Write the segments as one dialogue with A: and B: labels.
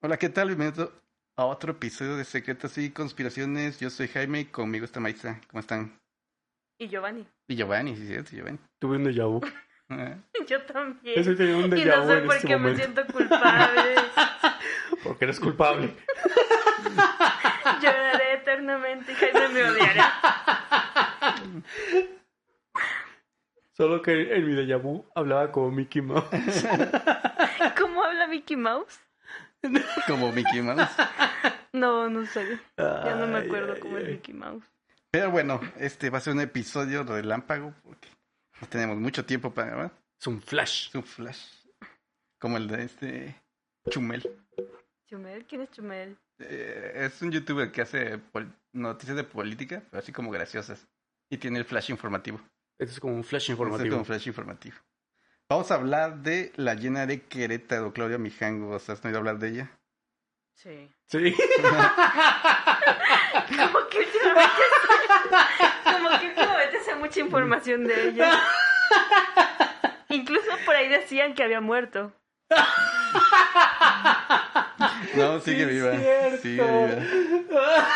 A: Hola, ¿qué tal? Bienvenido a otro episodio de Secretos y Conspiraciones. Yo soy Jaime y conmigo está Maestra. ¿Cómo están?
B: Y Giovanni.
A: Y Giovanni, sí, cierto, Giovanni.
C: Tuve un déjà vu.
A: Ah,
B: Yo también.
C: Estoy teniendo un
B: y
C: déjà
B: no
C: vu
B: sé
C: en
B: por
C: este
B: qué me
C: momento.
B: siento culpable.
C: Porque eres culpable.
B: Lloraré eternamente y Jaime me odiará.
C: Solo que en mi déjà vu hablaba como Mickey Mouse.
B: ¿Cómo habla Mickey Mouse?
A: Como Mickey Mouse.
B: No, no sé. Ya no me
C: Ay,
B: acuerdo
C: ay,
B: cómo es
C: ay.
B: Mickey Mouse.
A: Pero bueno, este va a ser un episodio relámpago porque no tenemos mucho tiempo para grabar.
C: Es un flash.
A: Es un flash. Como el de este Chumel.
B: ¿Chumel? ¿Quién es Chumel?
A: Eh, es un youtuber que hace pol- noticias de política, pero así como graciosas. Y tiene el flash informativo.
C: Esto es como un flash
A: Este es
C: informativo.
A: un flash informativo. Vamos a hablar de la llena de Querétaro, Claudia Mijangos. ¿Has oído hablar de ella?
B: Sí.
C: Sí.
B: Como que últimamente, como que últimamente sé mucha información de ella. Incluso por ahí decían que había muerto.
A: No, sigue
C: Sí,
A: viva.
C: cierto.
A: Sigue viva.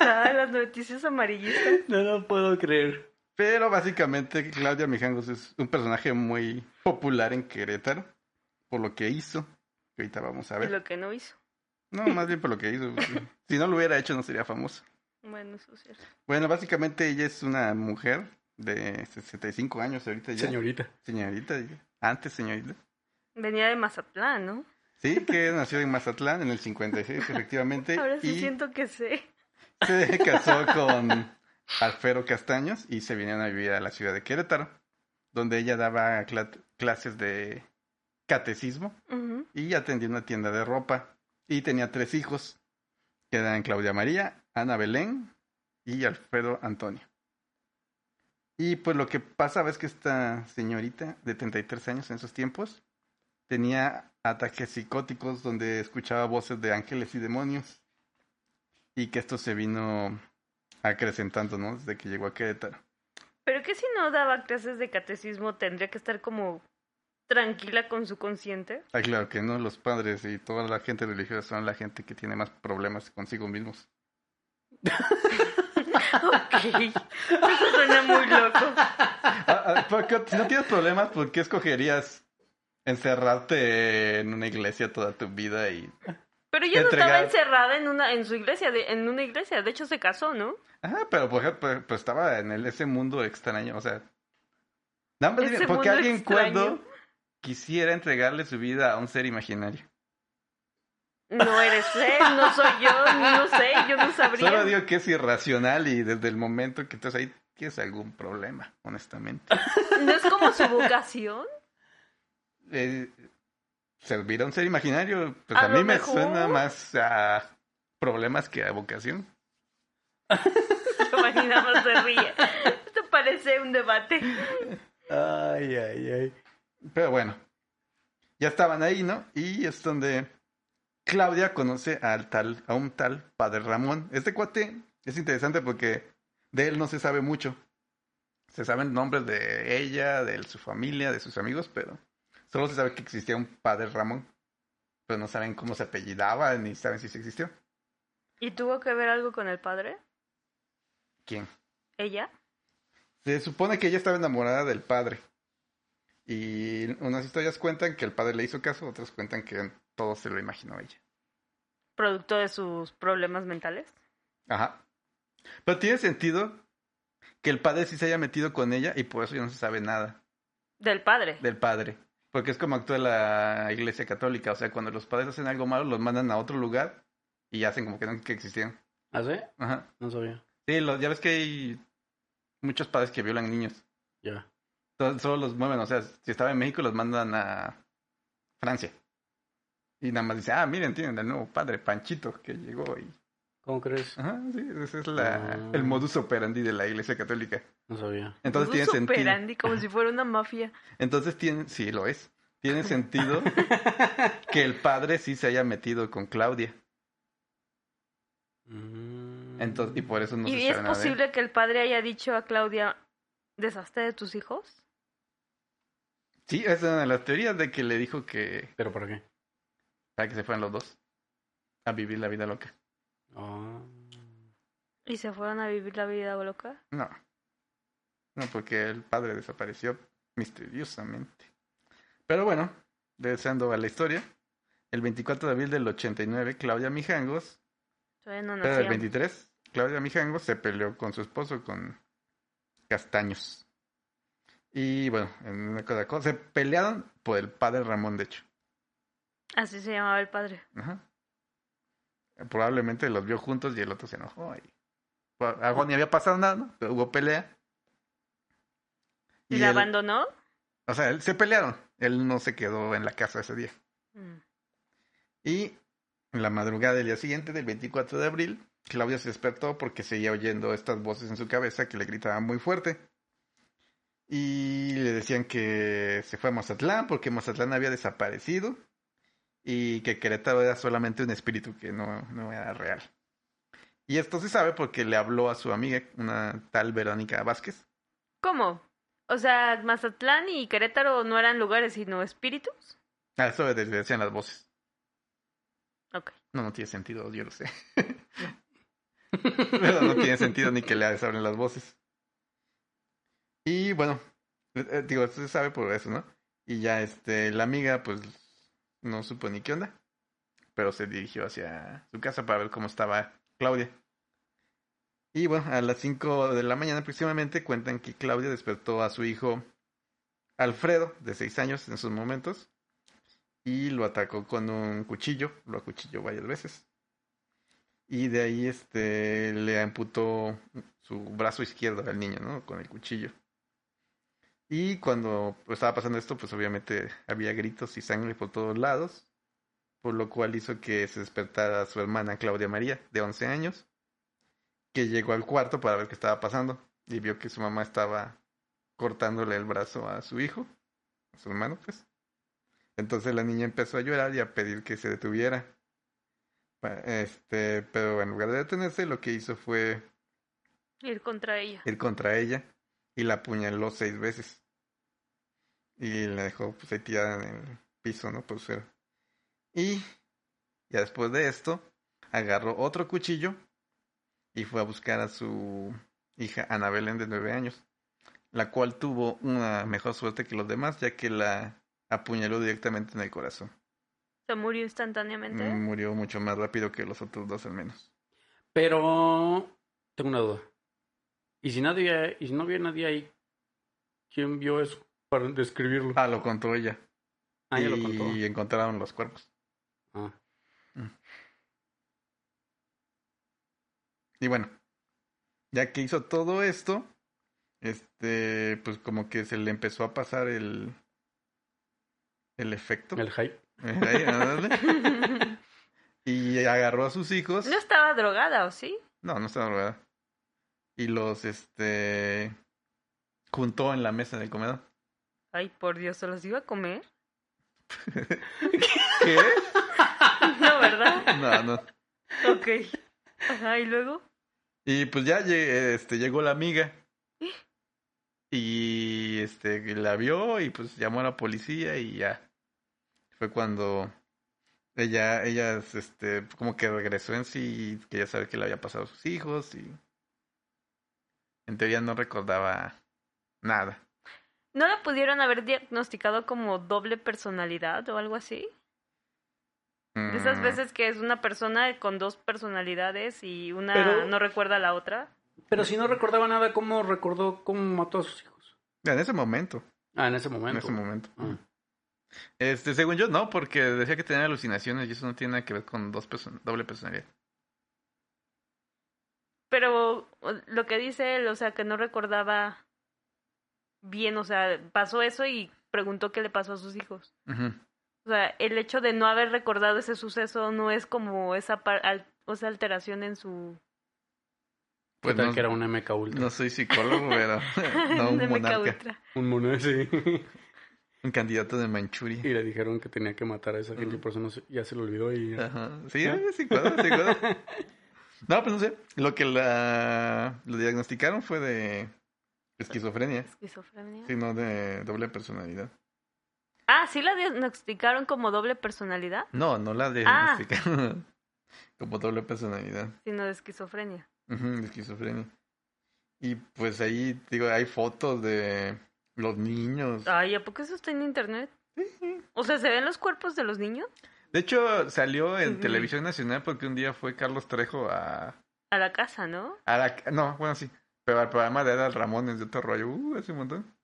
B: Ah, las noticias amarillistas.
C: No lo puedo creer.
A: Pero básicamente Claudia Mijangos es un personaje muy popular en Querétaro por lo que hizo. que Ahorita vamos a
B: Y
A: ver.
B: lo que no hizo.
A: No, más bien por lo que hizo. porque Si no lo hubiera hecho no sería famoso.
B: Bueno, eso es cierto.
A: Bueno, básicamente ella es una mujer de 65 años ahorita ya.
C: Señorita.
A: Señorita, ya. antes señorita.
B: Venía de Mazatlán, ¿no?
A: Sí, que nació en Mazatlán en el 56, efectivamente.
B: Ahora sí
A: y
B: siento que sé.
A: se casó con Alfredo Castaños y se vinieron a vivir a la ciudad de Querétaro, donde ella daba cla- clases de catecismo
B: Ujú.
A: y atendía una tienda de ropa. Y tenía tres hijos, que eran Claudia María, Ana Belén y Alfredo Antonio. Y pues lo que pasaba es que esta señorita de 33 años en esos tiempos tenía ataques psicóticos donde escuchaba voces de ángeles y demonios. Y que esto se vino acrecentando, ¿no? Desde que llegó a Querétaro.
B: Pero que si no daba clases de catecismo tendría que estar como tranquila con su consciente.
A: Ah, claro que no, los padres y toda la gente religiosa son la gente que tiene más problemas consigo mismos.
B: Ok. Eso suena muy loco.
A: Ah, ah, ¿por qué- si no tienes problemas, ¿por qué escogerías encerrarte en una iglesia toda tu vida y...
B: Pero ella no estaba
A: Entregar-
B: encerrada en una, en su iglesia, de- en una iglesia. De hecho se casó, ¿no?
A: Ajá, pero por ejemplo, pues, pues, estaba en el- ese mundo extraño, o sea... Nada más
B: Ese
A: dime, ¿por qué
B: mundo
A: alguien
B: extraño.
A: cuerdo quisiera entregarle su vida a un ser imaginario?
B: No eres él, no soy yo, no sé, yo no sabría.
A: Solo digo que es irracional y desde el momento que estás ahí tienes algún problema, honestamente.
B: ¿No es como su vocación?
A: Eh, servir a un ser imaginario, pues
B: A
A: a,
B: lo
A: mí me
B: mejor.
A: suena más a problemas que a vocación.
B: Giovanni nada más se ríe. Esto parece un debate.
C: Ay, ay, ay.
A: Pero bueno, ya estaban ahí, ¿no? Y es donde Claudia conoce al tal, a un tal Padre Ramón. Este cuate es interesante porque de él no se sabe mucho. Se saben nombres de ella, de su familia, de sus amigos, pero solo se sabe que existía un Padre Ramón. Pero no saben cómo se apellidaba, ni saben si se existió.
B: ¿Y tuvo que ver algo con el padre?
A: ¿Quién?
B: ¿Ella?
A: Se supone que ella estaba enamorada del padre. Y unas historias cuentan que el padre le hizo caso, otras cuentan que todo se lo imaginó ella.
B: ¿Producto de sus problemas mentales?
A: Ajá. Pero tiene sentido que el padre sí se haya metido con ella y por eso ya no se sabe nada
B: Del padre.
A: del padre. Porque es como actúa la iglesia católica. O sea, cuando los padres hacen algo malo, los mandan a otro lugar y hacen como que no que existían.
C: ¿Ah, sí?
A: Ajá.
C: No sabía.
A: Sí, lo- ya ves que hay muchos padres que violan niños.
C: Ya.
A: Entonces, solo los mueven. O sea, si estaba en México, los mandan a Francia. Y nada más dice, ah, miren, tienen el nuevo padre, Panchito, que llegó. Y...
C: ¿Cómo crees?
A: Ajá, sí, ese es la,
C: Ah.
A: el modus operandi de la iglesia católica.
C: No sabía.
A: Entonces tiene
B: Modus
A: sentido.
B: operandi, como si fuera una mafia.
A: Entonces tiene, sí lo es. Tiene sentido que el padre sí se haya metido con Claudia.
C: Mm.
A: Entonces, y por eso no se
B: ¿Y es
A: sabe nada de él.
B: posible que el padre haya dicho a Claudia, deshazte de tus hijos?
A: Sí, es una de las teorías de que le dijo que
C: ¿Pero para qué?
A: Para que se fueran los dos a vivir la vida loca.
C: Ah.
B: ¿Y se fueron a vivir la vida loca?
A: No. No, porque el padre desapareció misteriosamente. Pero bueno, regresando a la historia. El 24 de abril del 89, Claudia Mijangos,
B: Todavía no
A: era el
B: nacían.
A: 23, Claudia Mijangos se peleó con su esposo, con Castaños. Y bueno, en una cosa, cosa- se pelearon por el padre Ramón, de hecho.
B: Así se llamaba el padre.
A: Ajá. Probablemente los vio juntos y el otro se enojó. Y... pues, Algo ni había pasado nada, ¿no? Pero hubo pelea.
B: ¿Y, la
A: él-
B: abandonó?
A: o sea, él- se pelearon. Él no se quedó en la casa ese día.
B: Mm.
A: Y en la madrugada del día siguiente, del 24 de abril, Claudia se despertó porque seguía oyendo estas voces en su cabeza que le gritaban muy fuerte. Y le decían que se fue a Mazatlán porque Mazatlán había desaparecido y que Querétaro era solamente un espíritu que no, no era real. Y esto se sabe porque le habló a su amiga, una tal Verónica Vázquez.
B: ¿Cómo? O sea, Mazatlán y Querétaro no eran lugares, sino espíritus.
A: Ah, eso le decían las voces.
B: Ok.
A: No, no tiene sentido, yo lo sé. Pero no tiene sentido ni que le hablen las voces. Y bueno, eh, eh, digo, esto se sabe por eso, ¿no? Y ya este, la amiga, pues, no supo ni qué onda. Pero se dirigió hacia su casa para ver cómo estaba Claudia. Y bueno, a las 5 de la mañana aproximadamente cuentan que Claudia despertó a su hijo Alfredo, de 6 años en esos momentos, y lo atacó con un cuchillo, lo acuchilló varias veces. Y de ahí este le amputó su brazo izquierdo al niño, ¿no? Con el cuchillo. Y cuando estaba pasando esto, pues obviamente había gritos y sangre por todos lados, por lo cual hizo que se despertara su hermana Claudia María, de 11 años, que llegó al cuarto para ver qué estaba pasando y vio que su mamá estaba cortándole el brazo a su hijo, a su hermano, pues. Entonces la niña empezó a llorar y a pedir que se detuviera. Pa- Este, pero en lugar de detenerse, lo que hizo fue
B: Ir contra ella.
A: ir contra ella y la apuñaló seis veces. Y la dejó pues, ahí tirada en el piso, ¿no? Por suelo. Y ya después de esto, agarró otro cuchillo y fue a buscar a su hija Ana Belén de nueve años, la cual tuvo una mejor suerte que los demás, ya que la apuñaló directamente en el corazón.
B: Se murió instantáneamente.
A: Mm, Murió mucho más rápido que los otros dos al menos.
C: Pero tengo una duda. ¿Y si nadie, y si no había nadie ahí, quién vio eso para describirlo?
A: Ah, lo contó ella.
C: Ah, ya
A: y
C: lo contó.
A: encontraron los cuerpos.
C: Ah.
A: Y bueno, ya que hizo todo esto, este, pues como que se le empezó a pasar el, el efecto.
C: El hype.
A: Ahí, ándale. y agarró a sus hijos.
B: No estaba drogada, ¿o sí?
A: No, no estaba drogada. Y los, este, juntó en la mesa del comedor.
B: Ay, por Dios, ¿se los iba a comer?
A: ¿Qué?
B: No, ¿verdad?
A: No, no.
B: Ok. Ajá, y luego.
A: Y pues ya lle- este, llegó la amiga. Y este la vio y pues llamó a la policía y ya. Fue cuando ella, ella este, como que regresó en sí y quería saber qué le había pasado a sus hijos y en teoría no recordaba nada.
B: ¿No la pudieron haber diagnosticado como doble personalidad o algo así? De esas
A: Mm,
B: veces que es una persona con dos personalidades y una
C: Pero-
B: no recuerda a la otra.
C: Pero si no recordaba nada, ¿cómo recordó cómo mató a sus hijos?
A: En ese momento,
C: Ah, en ese momento.
A: en ese momento. Mm.
C: Ah.
A: Este, según yo, no, porque decía que tenía alucinaciones y eso no tiene nada que ver con dos person- doble personalidad.
B: Pero o- lo que dice él, o sea, que no recordaba bien, o sea, pasó eso y preguntó qué le pasó a sus hijos.
A: Ujú.
B: O sea, el hecho de no haber recordado ese suceso no es como esa, par- al- o sea, alteración en su...
C: ¿Qué tal
A: Pues no-
C: que era un MK Ultra?
A: No soy psicólogo, pero no un
B: de MK
A: monarca.
B: Ultra.
C: Un mono sí.
A: Un candidato de Manchuria.
C: y le dijeron que tenía que matar a
A: Mm.
C: esa gente y por eso no se- ya se lo olvidó y...
A: Ajá. Sí, es psicólogo, psicólogo. No, pues no sé. Lo que la lo diagnosticaron fue de esquizofrenia,
B: Esquizofrenia.
A: sino de doble personalidad.
B: Ah, sí la diagnosticaron como doble personalidad,
A: No, no la diagnosticaron como doble personalidad.
B: sino de esquizofrenia.
A: Ujú, de esquizofrenia. Y pues ahí, digo, hay fotos de los niños.
B: Ay, ¿a poco eso está en internet? O sea, ¿se ven los cuerpos de los niños?
A: De hecho, salió en
B: Ujú.
A: Televisión Nacional porque un día fue Carlos Trejo a...
B: A la casa, ¿no?
A: a la, no, bueno, sí. Pero al programa de Adal Ramones de otro rollo. Uh, hace un montón.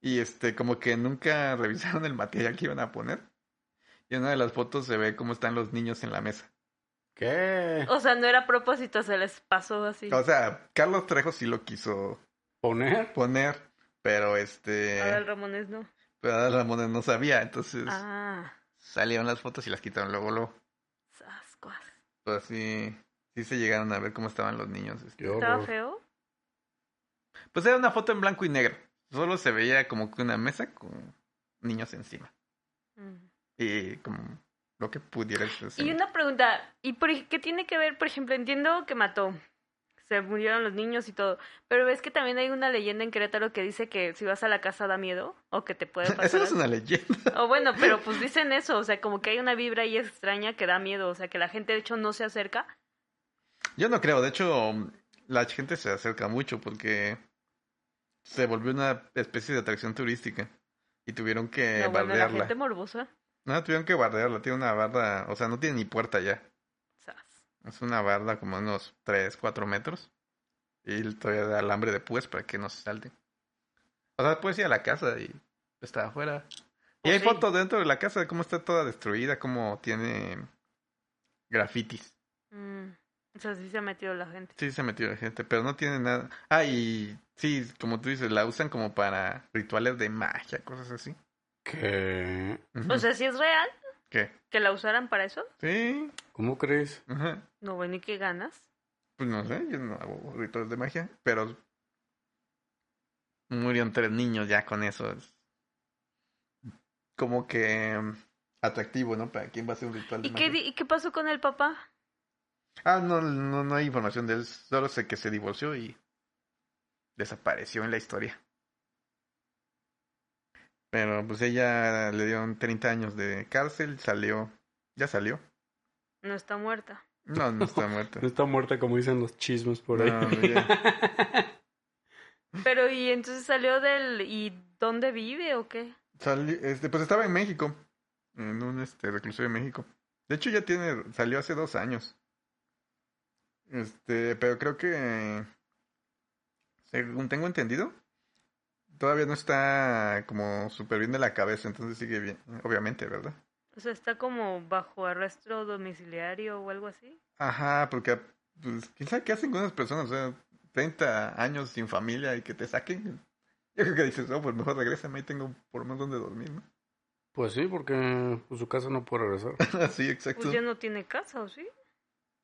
A: Y este, como que nunca revisaron el material que iban a poner. Y en una de las fotos se ve cómo están los niños en la mesa.
C: ¿Qué?
B: O sea, no era a propósito, se les pasó así.
A: O sea, Carlos Trejo sí lo quiso
C: ¿Poner?
A: poner, pero este...
B: Adal Ramones no.
A: Pero Adal Ramones no sabía, entonces
B: Ah,
A: salieron las fotos y las quitaron luego, luego.
B: ascuas.
A: Pero sí, sí se llegaron a ver cómo estaban los niños. este.
C: Qué horror.
B: ¿Estaba feo?
A: Pues era una foto en blanco y negro. Solo se veía como que una mesa con niños encima.
B: Mm.
A: Y como lo que pudiera ser.
B: Y una pregunta, ¿y por, qué tiene que ver, por ejemplo, entiendo que mató, se murieron los niños y todo, pero ves que también hay una leyenda en Querétaro que dice que si vas a la casa da miedo o que te puede pasar.
A: Eso no es
B: algo?
A: una leyenda.
B: O bueno, pero pues dicen eso, o sea, como que hay una vibra ahí extraña que da miedo, o sea, que la gente de hecho no se acerca.
A: Yo no creo. De hecho, la gente se acerca mucho porque se volvió una especie de atracción turística. Y tuvieron que
B: no, bueno, la
A: Eh, bardearla.
B: gente morbosa.
A: No, tuvieron que bardearla. Tiene una barda. O sea, no tiene ni puerta ya.
B: Sas.
A: Es una barda como unos 3, 4 metros. Y todavía de alambre de pues para que no se salte. O sea, puedes ir a la casa y está afuera. Y
B: Pues
A: hay
B: sí.
A: fotos dentro de la casa de cómo está toda destruida, cómo tiene grafitis.
B: Mm, O sea, sí se ha metido la gente.
A: Sí, se metió la gente, pero no tiene nada. Ah, y sí, como tú dices, la usan como para rituales de magia, cosas así.
C: ¿Qué?
A: Ujú.
B: O sea, si es real
A: ¿Qué?
B: que la usaran para eso,
A: Sí.
C: ¿Cómo crees?
A: Ajá.
B: no bueno, ¿y qué ganas?
A: Pues no sé, yo no hago rituales de magia, pero murieron tres niños ya con eso. Es como que mm, atractivo, ¿no? Para quién va a hacer un ritual de
B: ¿Y qué,
A: magia.
B: di- ¿Y qué pasó con el papá?
A: Ah, no, no, no hay información de él, solo sé que se divorció y desapareció en la historia. Pero pues ella le dieron 30 años de cárcel, salió, ya salió.
B: No está muerta.
A: No, no está muerta.
C: No está muerta como dicen los chismes por ahí.
A: No, ya.
B: Pero y entonces salió del y dónde vive o qué?
A: Sali- este, pues estaba en México, en un este, reclusorio de México. De hecho, ya tiene, salió hace dos años. Este, pero creo que, según tengo entendido, todavía no está como súper bien de la cabeza, entonces sigue bien, obviamente, ¿verdad?
B: O sea, está como bajo arresto domiciliario o algo así.
A: Ajá, porque, pues, quién sabe qué hacen con esas personas, o sea, 30 años sin familia y que te saquen. Yo creo que dices, oh, pues mejor regrésame y tengo por lo menos donde dormir, ¿no?
C: Pues sí, porque pues, su casa no puede regresar.
A: Sí, exacto.
B: Pues ya no tiene casa, ¿o sí?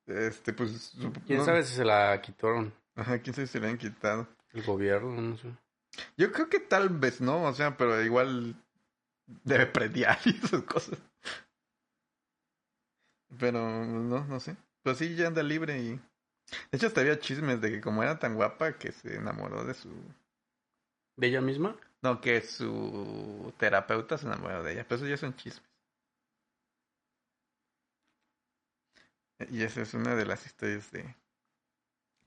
A: Este, pues, sup-
C: ¿Quién
A: no-
C: sabe si se la quitaron?
A: Ajá, quién sabe si le han quitado.
C: ¿El gobierno? No sé.
A: Yo creo que tal vez no, o sea, pero igual debe prediar y esas cosas. Pero no, no sé. Pues sí, ya anda libre y. De hecho, hasta había chismes de que como era tan guapa que se enamoró de su.
C: ¿De ella misma?
A: No, que su terapeuta se enamoró de ella. Pero eso ya son chismes. Y esa es una de las historias de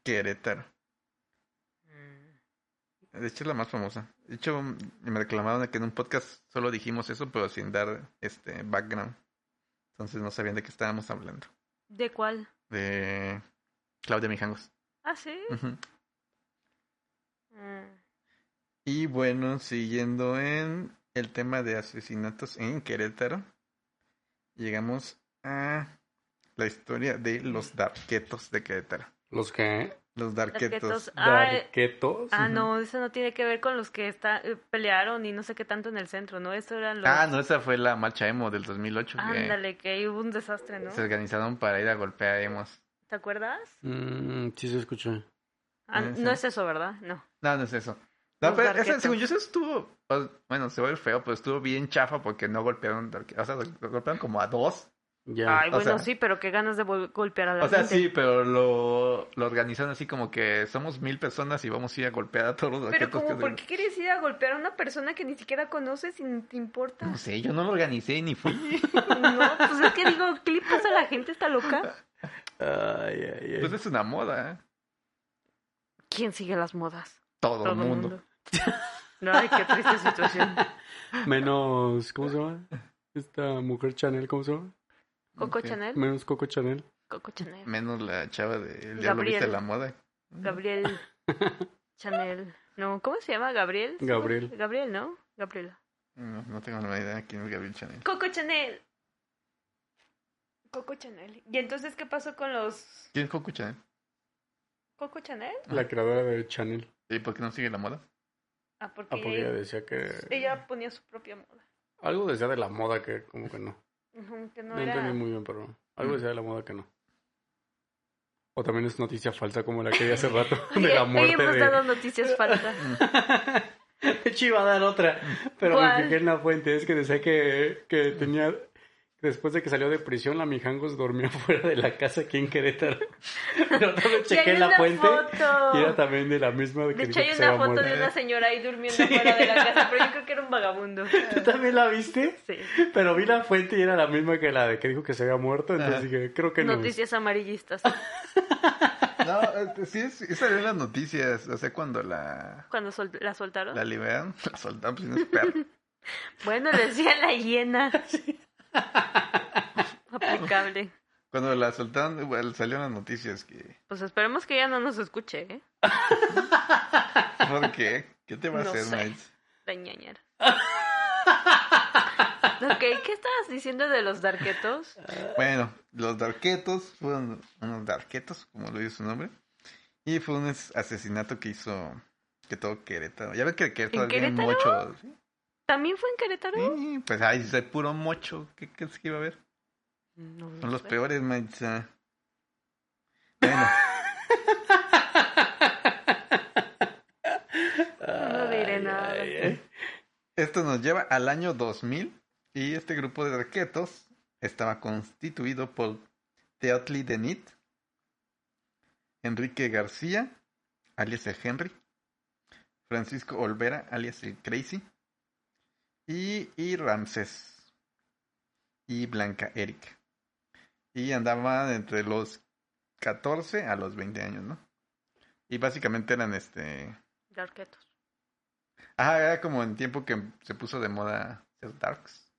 A: Querétaro. Mm. De hecho, es la más famosa. De hecho, mm, me reclamaron que en un podcast solo dijimos eso, pero sin dar este background. Entonces no sabían de qué estábamos hablando.
B: ¿De cuál?
A: De Claudia Mijangos.
B: Ah, sí.
A: Ujú.
B: Mm.
A: Y bueno, siguiendo en el tema de asesinatos en Querétaro, llegamos a la historia de los darquetos de Querétaro.
C: ¿Los que
A: Los
B: Darquetos.
A: darquetos.
B: Ah, eh,
C: ¿Darquetos?
B: ah,
A: ujú.
B: no, eso no tiene que ver con los que está, eh, pelearon y no sé qué tanto en el centro, ¿no? Eso eran los...
A: Ah, no, pues esa fue la marcha emo del 2008 que
B: Ándale, que ahí hubo un desastre, ¿no?
A: se organizaron para ir a golpear a emos.
B: ¿Te acuerdas?
C: Mm, sí se escucha.
B: Ah,
A: Eh, sí.
B: no es eso, ¿verdad? No.
A: No, no es eso. No,
B: Los
A: pero ese,
B: darquetos.
A: según yo, eso estuvo. pues, o- Bueno, se ve feo, pero estuvo bien chafa porque no golpearon. darque- O sea, go- golpearon como a dos
C: Ya.
B: Ay,
A: O
B: bueno,
A: sea-
B: sí, pero qué ganas de vol- golpear a la
A: O sea,
B: gente.
A: sí, pero lo, lo organizaron así como que somos mil personas y vamos a ir a golpear a todos los
B: Pero
A: vaqueros que
B: como,
A: se-
B: ¿por qué quieres ir a golpear a una persona que ni siquiera conoces y ni te importa?
A: No sé, yo no lo organicé ni fui.
B: No, pues es que digo, ¿qué le pasa a la gente? ¿Está loca?
C: Ay, ay, ay.
A: Pues es una moda, ¿eh?
B: ¿Quién sigue las modas?
A: Todo,
B: Todo
A: el mundo.
B: No, ay, qué triste situación.
C: Menos, ¿cómo se llama? Esta mujer Chanel, ¿cómo se llama?
B: Coco
A: Ok. Mm.
B: Chanel,
C: Menos Coco Chanel.
B: Coco Chanel,
A: Menos la chava de El Diablo
B: Gabriel.
A: Viste la Moda.
B: Gabriel Chanel. No, ¿cómo se llama? ¿Gabriel?
C: Gabriel.
B: Gabriel, ¿no? Gabriela.
A: No, no tengo la menor idea de quién es Gabriel Chanel.
B: Coco Chanel. Coco Chanel. ¿Y entonces qué pasó con los
A: ¿Quién es Coco Chanel?
B: Coco Chanel?
C: La creadora de Chanel.
A: ¿Y por qué no sigue la moda?
B: Ah, porque,
C: Ah, porque ella decía que...
B: ella ponía su propia moda.
C: Algo decía de la moda que como que no.
B: Ujú, Que no
C: No,
B: era...
C: entendí muy bien, pero algo decía de la moda que no. O también es noticia falsa como la que di hace rato de
B: Oye,
C: la
B: hoy
C: muerte
B: hemos
C: de...
B: dado noticias falsas.
C: De hecho iba a dar otra, pero
B: ¿Cuál?
C: me fijé en la fuente. Es que decía que, que tenía... Después de que salió de prisión, la Mijangos dormía fuera de la casa aquí en Querétaro. Pero también
B: Y hay
C: chequé la
B: una
C: fuente
B: foto.
C: y era también de la misma que
B: De
C: dijo
B: hecho, hay
C: que se
B: una
C: había
B: foto de
C: muerto.
B: una señora ahí durmiendo
C: Sí.
B: fuera de la casa, pero yo creo que era un vagabundo.
C: ¿Tú también la viste?
B: Sí.
C: Pero vi la fuente y era la misma que la de que dijo que se había muerto, entonces
A: Ajá.
C: dije, creo que no.
B: Noticias amarillistas.
A: No, este, sí, es, esa era las noticias. O sea, cuando la,
B: Cuando sol- la soltaron.
A: la liberaron, la soltaron, pues no es perro.
B: Bueno, le decía la hiena. Aplicable.
A: Cuando la soltaron, igual salieron las noticias que...
B: Pues esperemos que ella no nos escuche, ¿eh?
A: ¿Por qué? ¿Qué te va a
B: No
A: hacer,
B: sé.
A: Miles?
B: La ñañera. ok, ¿qué estabas diciendo de los darquetos?
A: Bueno, los darquetos fueron unos darquetos, como lo dice su nombre. Y fue un es- asesinato que hizo que todo Querétaro. Ya ves que Querétaro
B: ¿En
A: tiene
B: Querétaro?
A: mocho. ¿sí?
B: ¿También fue en Querétaro?
A: Sí, pues ahí se puro mocho. ¿Qué crees que iba a haber?
B: Mm, No lo
A: Son los
B: sé.
A: peores, Miles. ah. Bueno,
B: No diré nada.
C: ¿eh?
A: esto nos lleva al año 2000 y este grupo de darquetos estaba constituido por Teotli Denit, Enrique García, alias el Henry, Francisco Olvera, alias el Crazy, y, y Ramses, y Blanca Erika. Y andaban entre los 14 a los 20 años, ¿no? Y básicamente eran este...
B: Darketos.
A: Ajá, era como en tiempo que se puso de moda ser darks.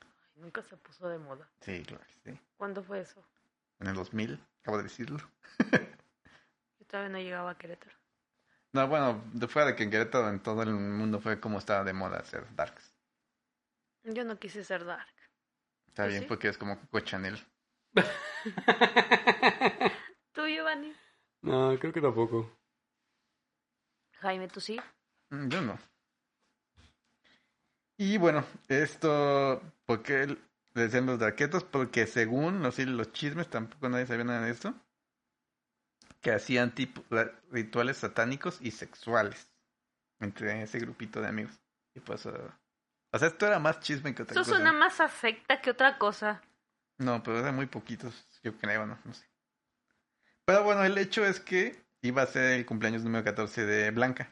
B: Ay, Nunca se puso de moda.
A: Sí, claro que sí.
B: ¿Cuándo fue eso?
A: En el 2000, acabo de decirlo.
B: Yo todavía no llegaba a Querétaro.
A: No, bueno, de fuera de que en Querétaro en todo el mundo fue como estaba de moda ser darks.
B: Yo no quise ser dark.
A: Está
B: Pues
A: bien,
B: sí.
A: porque es como Coco Chanel.
B: ¿Tú, Giovanni?
C: No, creo que tampoco.
B: Jaime, ¿tú sí?
A: Mm, Yo no. Y bueno, esto, porque le decían los darquetos, porque según los, sí, los chismes, tampoco nadie sabía nada de esto, que hacían tipo, ra- rituales satánicos y sexuales entre ese grupito de amigos. Y pues, eh, o sea, esto era más chisme que otra
B: Eso
A: cosa.
B: suena más afecta que otra cosa.
A: No, pero eran muy poquitos, yo creo, no, no sé. Pero bueno, el hecho es que iba a ser el cumpleaños número 14 de Blanca.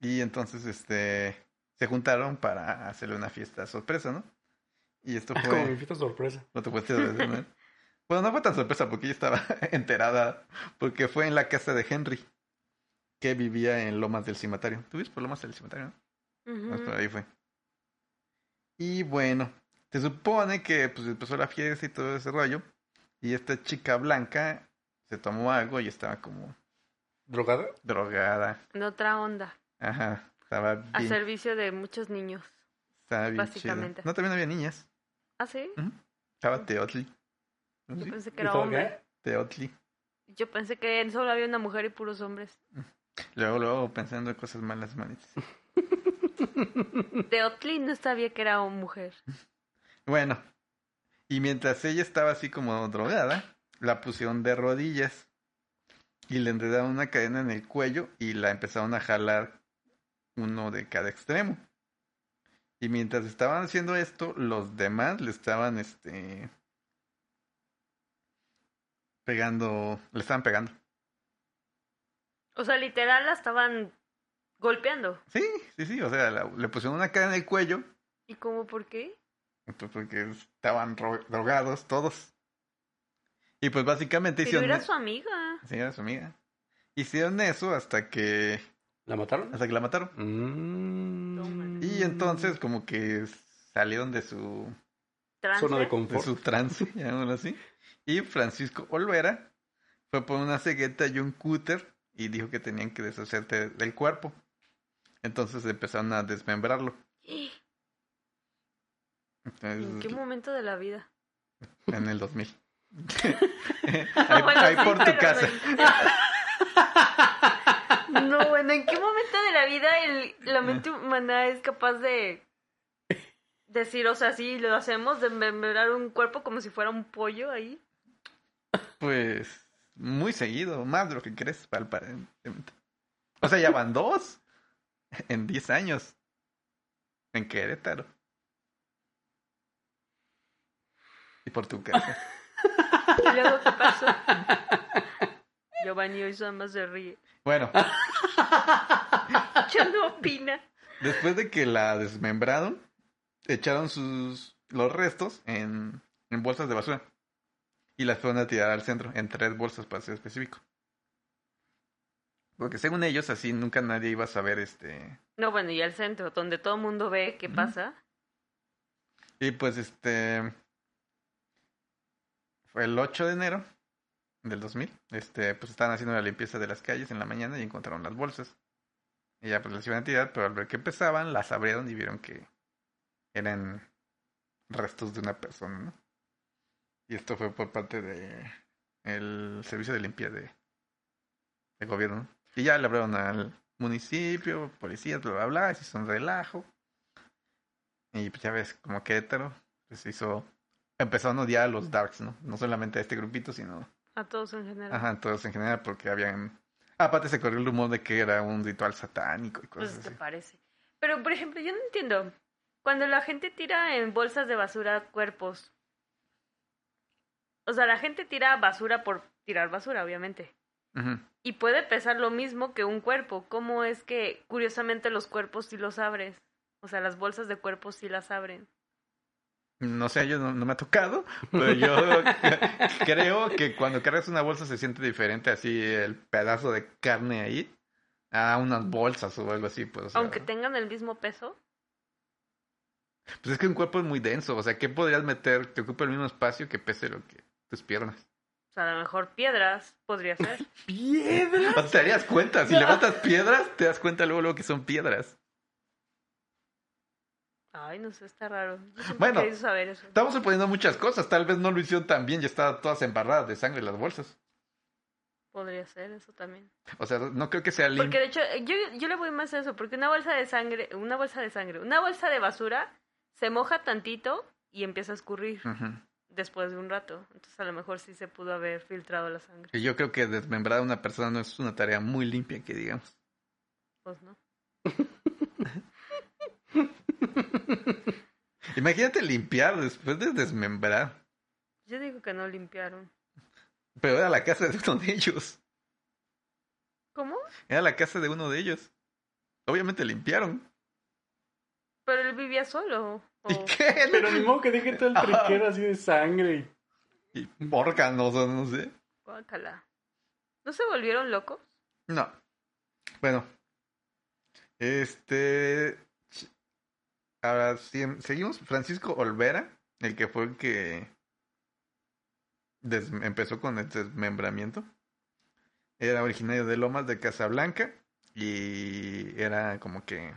A: Y entonces, este, se juntaron para hacerle una fiesta sorpresa, ¿no? Y esto
C: Como mi
A: fue,
C: fiesta sorpresa.
A: no te puedes decir, ¿no? Bueno, no fue tan sorpresa porque ella estaba enterada, porque fue en la casa de Henry, que vivía en Lomas del Cimatario. ¿Tú vives por Lomas del Cimatario, no?
B: Ujú.
A: Pues, por ahí fue. Y bueno, se supone que pues empezó la fiesta y todo ese rollo. Y esta chica blanca se tomó algo y estaba como
C: ¿Drogada?
A: drogada.
B: En otra onda.
A: Ajá. Estaba
B: A
A: bien.
B: servicio de muchos niños.
A: Estaba bien chida.
B: básicamente.
A: No, también había niñas.
B: ¿Ah, sí?
A: Estaba Teotli.
B: Yo
A: ¿Sí?
B: pensé que era
C: ¿Estaba
B: hombre.
C: gay?
A: Teotli.
B: Yo pensé que solo había una mujer y puros hombres.
A: Luego, luego pensando en cosas malas, manitas.
B: Teotli no sabía que era una mujer.
A: Bueno, y mientras ella estaba así como drogada, la pusieron de rodillas y le enredaron una cadena en el cuello y la empezaron a jalar uno de cada extremo. Y mientras estaban haciendo esto, los demás le estaban este pegando, le estaban pegando.
B: O sea, literal la estaban golpeando.
A: Sí, sí, sí, o sea, la- le pusieron una cara en el cuello,
B: ¿Y cómo por qué?
A: pues, porque estaban ro- drogados todos. Y pues básicamente
B: Pero
A: hicieron
B: era su amiga.
A: Sí, era su amiga. Hicieron eso hasta que
C: ¿La mataron?
A: hasta que la mataron.
C: Mm.
A: Y entonces como que salieron de su
B: Trans,
C: Zona de
B: ¿eh?
A: de
C: confort.
A: su trance, llamémoslo así. Y Francisco Olvera fue por una cegueta y un cúter y dijo que tenían que deshacerse del cuerpo. Entonces empezaron a desmembrarlo.
B: ¿En qué
A: Entonces,
B: momento de la vida?
A: en el 2000. ahí,
B: Bueno,
A: ahí
B: sí,
A: por tu
B: pero
A: casa.
B: no- No, bueno, ¿en qué momento de la vida el- la mente humana es capaz de decir, o sea, sí, lo hacemos, de membrar un cuerpo como si fuera un pollo ahí?
A: Pues muy seguido, más de lo que crees, aparentemente. O sea, ya van dos en 10 años. En Querétaro. Y por tu casa.
B: ¿Y luego qué pasó? Giovanni hoy nada más se ríe.
A: Bueno,
B: Yo no opina.
A: después de que la desmembraron, echaron sus los restos en, en bolsas de basura. Y las fueron a tirar al centro, en tres bolsas para ser específico. Porque según ellos, así nunca nadie iba a saber este
B: No, bueno, y al centro, donde todo el mundo ve qué
A: Ujú.
B: pasa.
A: Y pues este. Fue el 8 de enero del 2000. Este, pues estaban haciendo la limpieza de las calles en la mañana y encontraron las bolsas. Y ya pues las iban a tirar, pero al ver que pesaban, las abrieron y vieron que eran restos de una persona, ¿no? Y esto fue por parte de el servicio de limpieza de, de gobierno. Y ya le abrieron al municipio, policías, bla, bla, bla, se hizo un relajo. Y pues ya ves, como Querétaro, pues hizo, empezó a odiar a los Darks, ¿no? No solamente a este grupito, sino
B: A todos en general.
A: ajá, a todos en general, porque habían... Aparte se corrió el rumor de que era un ritual satánico y
B: Pues
A: cosas
B: te
A: así.
B: parece. Pero, por ejemplo, yo no entiendo. Cuando la gente tira en bolsas de basura cuerpos. O sea, la gente tira basura por tirar basura, obviamente.
A: Ujú.
B: Y puede pesar lo mismo que un cuerpo. ¿Cómo es que, curiosamente, los cuerpos sí los abres? O sea, las bolsas de cuerpos sí las abren.
A: No sé, yo no, no me ha tocado, pero yo creo que cuando cargas una bolsa se siente diferente así el pedazo de carne ahí a unas bolsas o algo así. Pues, o sea,
B: Aunque tengan el mismo peso.
A: pues es que un cuerpo es muy denso, o sea, ¿qué podrías meter que ocupe el mismo espacio que pese lo que tus piernas?
B: O sea, a lo mejor piedras podría ser.
C: ¡Piedra!
A: O te darías cuenta, si levantas piedras, te das cuenta luego, luego que son piedras.
B: Ay, no sé, está raro. Yo siempre
A: Bueno.
B: he querido saber eso.
A: Estamos suponiendo muchas cosas, tal vez no lo hicieron tan bien, ya estaban todas embarradas de sangre las bolsas.
B: Podría ser eso también.
A: O sea, no creo que sea limpio.
B: Porque de hecho, eh, yo, yo le voy más a eso, porque una bolsa de sangre, una bolsa de sangre, una bolsa de basura se moja tantito y empieza a escurrir
A: Ujú.
B: después de un rato. Entonces a lo mejor sí se pudo haber filtrado la sangre.
A: Y yo creo que desmembrar a una persona no es una tarea muy limpia, que digamos.
B: Pues no.
A: Imagínate limpiar después de desmembrar.
B: Yo digo que no limpiaron.
A: Pero era la casa de uno de ellos.
B: ¿Cómo?
A: Era la casa de uno de ellos. Obviamente limpiaron.
B: Pero él vivía solo.
A: ¿Y
B: o-
A: qué?
C: Ah, Pero ni modo que deje todo el triquero así de sangre.
A: Y órganos, o no sé.
B: Guácala. ¿No se volvieron locos?
A: No. Bueno. Este. ch- Ahora sí, seguimos. Francisco Olvera, el que fue el que des- empezó con el desmembramiento. Era originario de Lomas de Casablanca y era como que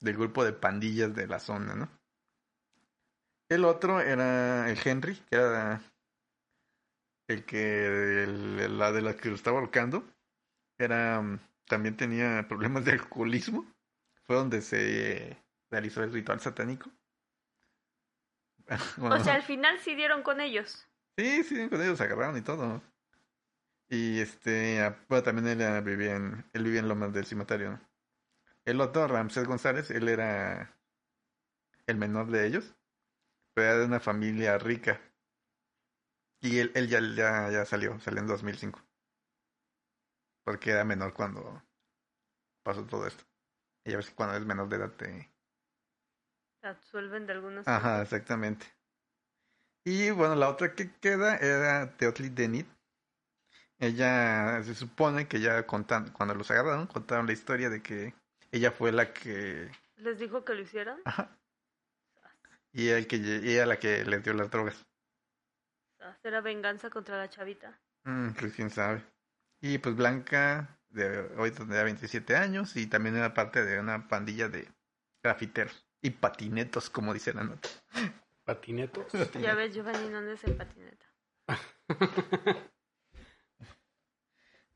A: del grupo de pandillas de la zona, ¿no? El otro era el Henry, que era el que el- la de la que lo estaba ahorcando era mm, también tenía problemas de alcoholismo. Fue donde se realizó el ritual satánico. Bueno,
B: O sea, al final sí dieron con ellos.
A: sí, sí, con ellos se agarraron y todo. Y este, ah, bueno, también él ah, vivía en, él vivía en Lomas del Cimatario. ¿no? El otro, Ramsés González, él era el menor de ellos, pero era de una familia rica. Y él, él ya, ya, ya salió, salió en 2005. Porque era menor cuando pasó todo esto. Y a ver si cuando eres menor de edad te...
B: Te absuelven de algunas.
A: Ajá, exactamente. Y bueno, la otra que queda era Teotli Denit. Ella se supone que ya contan, cuando los agarraron, contaron la historia de que ella fue la que.
B: ¿Les dijo que lo hicieran?
A: Ajá. Y el que, y ella la que les dio las drogas.
B: ¿Será venganza contra la chavita?
A: Mm, pues quién sabe. Y pues Blanca, de hoy tendría 27 años y también era parte de una pandilla de grafiteros y patinetos, como dice la nota.
C: Patinetos.
B: Ya ves, Giovanni, ¿dónde es el patineta?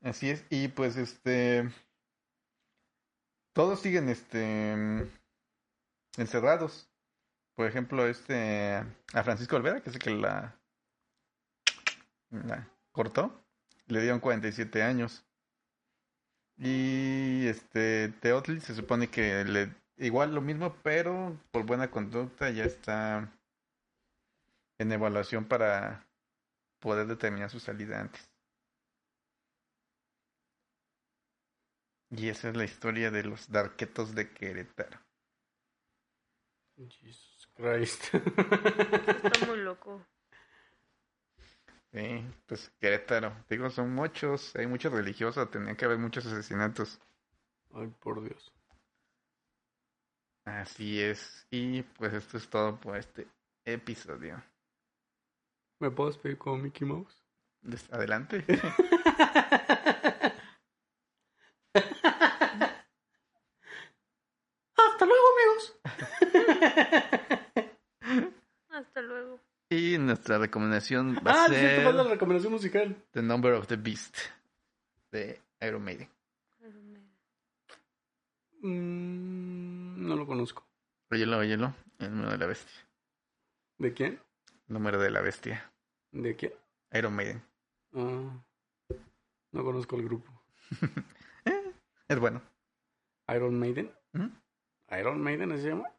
A: Así es, y pues este. Todos siguen este. encerrados. Por ejemplo, este. A Francisco Olvera, que es el que la. la cortó. Le dieron 47 años. Y este. Teotli se supone que le. Igual lo mismo, pero por buena conducta ya está. en evaluación para poder determinar su salida antes. Y esa es la historia de los Darquetos de Querétaro.
C: Jesus Christ.
B: Está muy loco.
A: Sí, pues Querétaro. Digo, son muchos, hay muchos religiosos, tenían que haber muchos asesinatos.
C: Ay, por Dios.
A: Así es. Y pues esto es todo por este episodio.
C: ¿Me puedo despedir con Mickey Mouse?
A: Des- Adelante.
C: Hasta luego, amigos.
B: Hasta luego.
A: y nuestra recomendación va
C: Ah,
A: a
C: sí, te vas la
A: ser
C: recomendación musical.
A: The Number of the Beast de Iron Maiden.
B: Iron Maiden.
C: Mm, no lo conozco.
A: Óyelo, óyelo. El número de la bestia.
C: ¿De quién?
A: Número de la bestia.
C: ¿De quién?
A: Iron Maiden.
C: Ah, no conozco el grupo.
A: Es bueno.
C: Iron Maiden.
A: ¿Mm?
C: Iron Maiden se llama.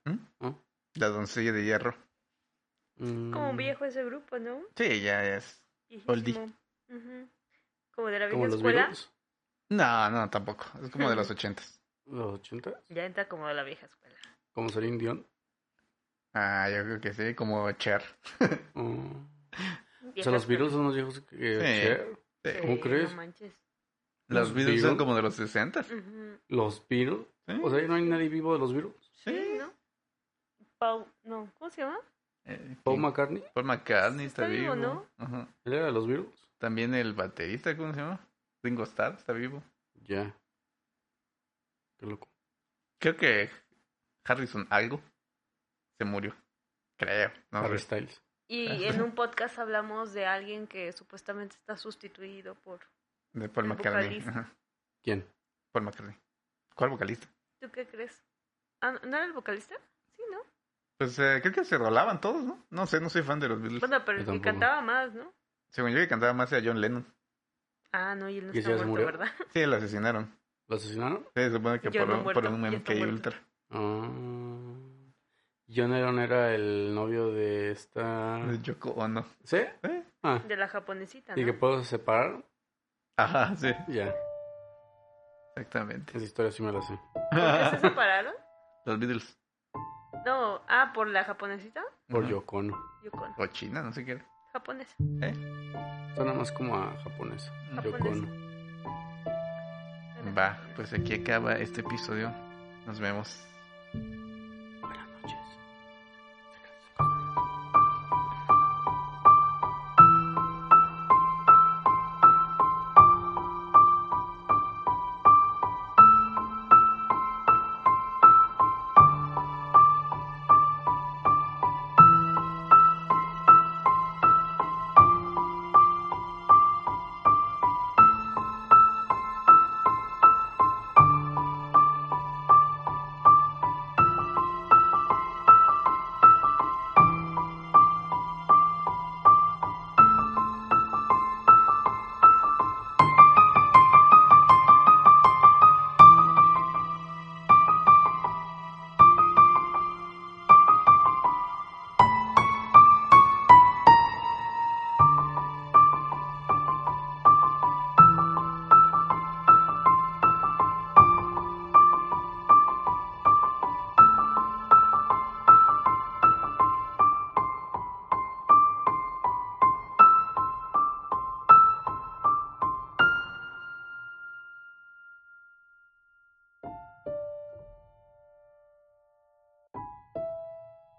A: La doncella de hierro.
C: Mm,
B: Como viejo ese grupo, ¿no?
A: Sí, ya es.
B: Viejísimo.
A: Oldie.
B: Ujú. Como de la
C: Como
B: vieja
C: los
B: escuela.
C: Beatles.
A: No, no, tampoco. Es como de los ochentas.
C: Los 80.
B: Ya entra como de la vieja escuela.
C: Como Celine Dion.
A: Ah, yo creo que sí, como Cher.
C: Ah. O
B: Vieja
C: sea, los
B: escuela.
C: Beatles son los viejos que que
A: Sí.
C: Cher.
A: Sí.
B: Sí,
C: ¿Cómo crees?
B: No manches.
A: Los
C: Los
A: Beatles son
C: Beatles.
A: como de los sesentas.
B: Ujú.
C: Los Beatles.
A: Sí.
C: O sea, no hay nadie vivo de los Beatles.
B: Sí,
A: Sí.
B: ¿no? Paul, no, ¿cómo se llama?
A: Eh,
C: Paul McCartney.
A: Paul McCartney está,
B: Está vivo,
A: vivo.
B: ¿no?
A: Ajá.
C: Él era de los Beatles.
A: También el baterista, ¿cómo se llama? Ringo Starr está vivo.
C: Ya. Qué loco.
A: Creo que Harrison algo se murió. Creo. No,
C: Harry
A: sé.
C: Styles.
B: Y
C: Ah.
B: en un podcast hablamos de alguien que supuestamente está sustituido por...
A: de Paul
B: El
A: McCartney.
B: vocalista.
A: Ajá.
C: ¿Quién?
A: Paul McCartney. ¿Cuál vocalista?
B: ¿Tú qué crees? Ah, ¿No era el vocalista? Sí, ¿no?
A: Pues eh, creo que se rolaban todos, ¿no? No sé, no soy fan de los Beatles.
B: Bueno, pero
C: Yo
B: el que
C: tampoco.
B: cantaba más, ¿no?
A: Según yo que cantaba más era John Lennon.
B: Ah, no, y él no
C: ¿Y ese
B: está
C: ya se
B: muerto,
C: murió?
B: ¿verdad?
A: Sí, lo asesinaron.
C: ¿Lo asesinaron?
A: Sí, se supone que
B: Yo
A: por,
B: no
A: un-
B: muerto,
A: por un
B: yo
A: meme
B: está
A: que
B: muerto.
A: ultra.
C: Ah. John Lennon era el novio de esta.
A: De Yoko Ono.
C: ¿Sí?
A: ¿Eh?
C: Ah.
B: De la japonesita,
C: Y que
B: ¿no?
C: puedo separar.
A: Ajá, sí,
C: Ya.
A: exactamente.
C: Esa historia sí me la sé.
B: ¿Por qué se separaron?
A: los Beatles.
B: No, ah, por la japonesita.
C: Por
A: Ajá.
C: Yoko Ono.
B: Yo con
A: O China, no sé qué era.
B: japonesa.
C: Suena más como a japonés.
A: Ajá.
C: Yoko Ono.
A: Va, pues aquí acaba este episodio. Nos vemos.